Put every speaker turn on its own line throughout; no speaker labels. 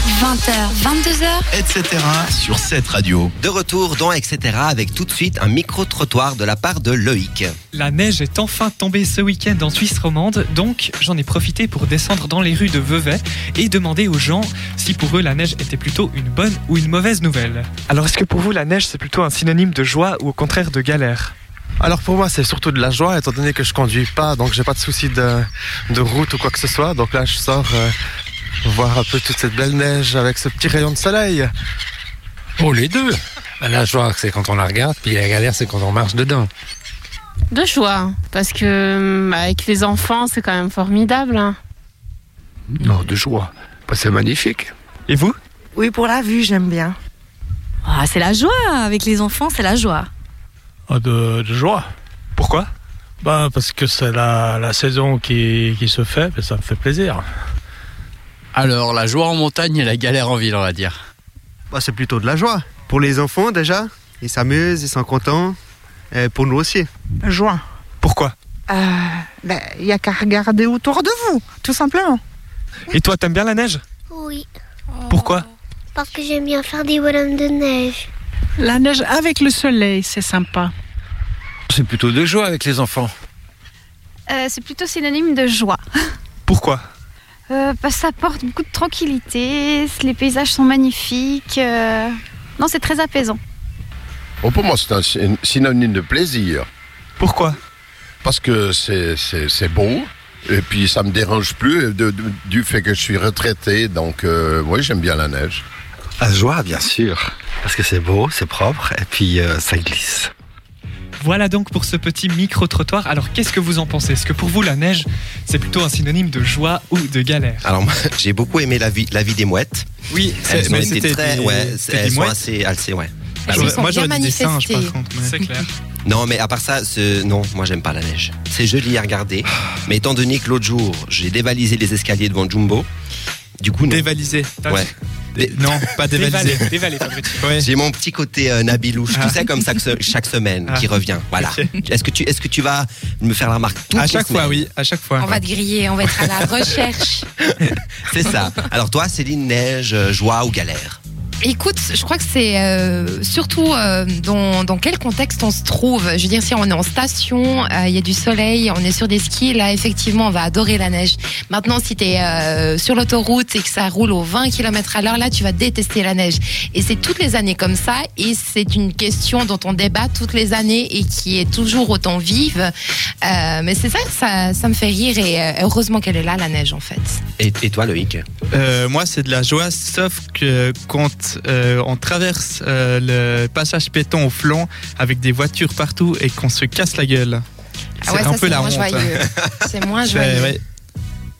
20h, 22h,
etc. sur cette radio.
De retour dans Etc. avec tout de suite un micro-trottoir de la part de Loïc.
La neige est enfin tombée ce week-end en Suisse romande, donc j'en ai profité pour descendre dans les rues de Vevey et demander aux gens si pour eux la neige était plutôt une bonne ou une mauvaise nouvelle. Alors est-ce que pour vous la neige c'est plutôt un synonyme de joie ou au contraire de galère
Alors pour moi, c'est surtout de la joie, étant donné que je conduis pas, donc j'ai pas de souci de, de route ou quoi que ce soit. Donc là, je sors euh, voir un peu toute cette belle neige avec ce petit rayon de soleil.
Oh, les deux La joie, c'est quand on la regarde, puis la galère, c'est quand on marche dedans.
De joie, parce que hum, avec les enfants, c'est quand même formidable. hein.
Non, de joie. Bah, c'est magnifique.
Et vous
Oui, pour la vue, j'aime bien.
Ah, c'est la joie, avec les enfants, c'est la joie.
Ah, de, de joie.
Pourquoi
Ben, parce que c'est la, la saison qui, qui se fait, et ça me fait plaisir.
Alors, la joie en montagne et la galère en ville, on va dire.
Bah, c'est plutôt de la joie. Pour les enfants déjà, ils s'amusent, ils sont contents. Et pour nous aussi.
Joie.
Pourquoi
Il n'y a qu'à regarder autour de vous, tout simplement.
Et toi t'aimes bien la neige
Oui,
Pourquoi
parce que j'aime bien faire des bonhommes de neige.
La neige avec le soleil, c'est sympa.
C'est plutôt de joie avec les enfants.
Euh, c'est plutôt synonyme de joie.
Pourquoi
Euh, parce que ça apporte beaucoup de tranquillité, les paysages sont magnifiques. euh, Non, c'est très apaisant.
Bon, pour moi, c'est un sy- synonyme de plaisir.
Pourquoi
Parce que c'est- c'est c'est beau. Et puis, ça me dérange plus de- de- du fait que je suis retraité. Donc, euh, oui, j'aime bien la neige.
La joie, bien sûr. Parce que c'est beau, c'est propre, et puis euh, ça glisse.
Voilà donc pour ce petit micro-trottoir. Alors qu'est-ce que vous en pensez Est-ce que pour vous la neige c'est plutôt un synonyme de joie ou de galère
Alors, moi, j'ai beaucoup aimé la vie, la vie des mouettes.
Oui, c'est-
Elles ont
Eh, mais
été
c'était
très.
des-
ouais,
c'était des
elles sont
mouettes.
assez. assez- ouais.
Ah
J'aurais-
Elles
Moi, j'aurais dit des singes, par contre. mais-
C'est clair.
Non, mais à part ça, ce- non, moi j'aime pas la neige. C'est joli à regarder, mais étant donné que l'autre jour, j'ai dévalisé les escaliers devant Jumbo, du coup, non.
Dévalisé.
Ouais. Dé-
Non, pas dévalisé.
Dévalé, dévalé, Fabrice.
Ouais.
J'ai mon petit côté euh, Nabilou, je
Ah.
tout ça comme ça que ce- chaque semaine
Ah.
qui revient. Voilà. Est-ce que tu est-ce que tu vas me faire la remarque toutes
À
les
chaque fois,
semaines
oui, à chaque
On
fois.
va te griller, on va être à la recherche.
C'est ça. Alors toi, Céline, neige, euh, joie ou galère
Écoute, je crois que c'est euh, surtout euh, dans, dans quel contexte on se trouve. Je veux dire, si on est en station, euh, il y a du soleil, on est sur des skis, là, effectivement, on va adorer la neige. Maintenant, si tu es sur l'autoroute et que ça roule aux 20 km à l'heure, là, tu vas détester la neige. Et c'est toutes les années comme ça, et c'est une question dont on débat toutes les années et qui est toujours autant vive. Euh, mais c'est ça, ça, ça me fait rire, et euh, heureusement qu'elle est là, la neige, en fait.
et, et toi, Loïc
Euh, moi, c'est de la joie, sauf que quand euh, on traverse euh, le passage péton au flanc avec des voitures partout et qu'on se casse la gueule, c'est
Ah ouais,
un
ça,
peu
c'est
la
moins
honte.
joyeux. C'est moins
C'est-
joyeux.
ouais.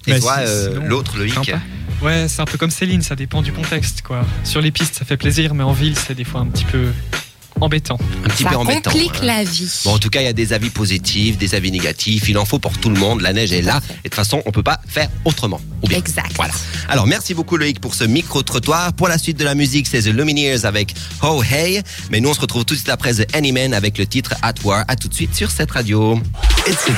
Et
Mais
toi,
Bah, si-
euh,
sinon,
l'autre, Loïc
sympa.
Ouais, c'est un peu comme Céline, ça dépend du contexte quoi. Sur les pistes ça fait plaisir, mais en ville c'est des fois un petit peu embêtant.
Un petit
ça
peu embêtant.
Bah, complique
hein.
la vie.
Bon, en tout cas, il y a des avis positifs, des avis négatifs. Il en faut pour tout le monde. La neige est là. Et de toute façon, on peut pas faire autrement. Ou bien.
Exact.
Voilà. Alors, merci beaucoup Loïc pour ce micro-trottoir. Pour la suite de la musique, c'est The Lumineers avec Oh Hey. Mais nous, on se retrouve tout de suite après The Anyman avec le titre At War. À tout de suite sur cette radio.
Etc.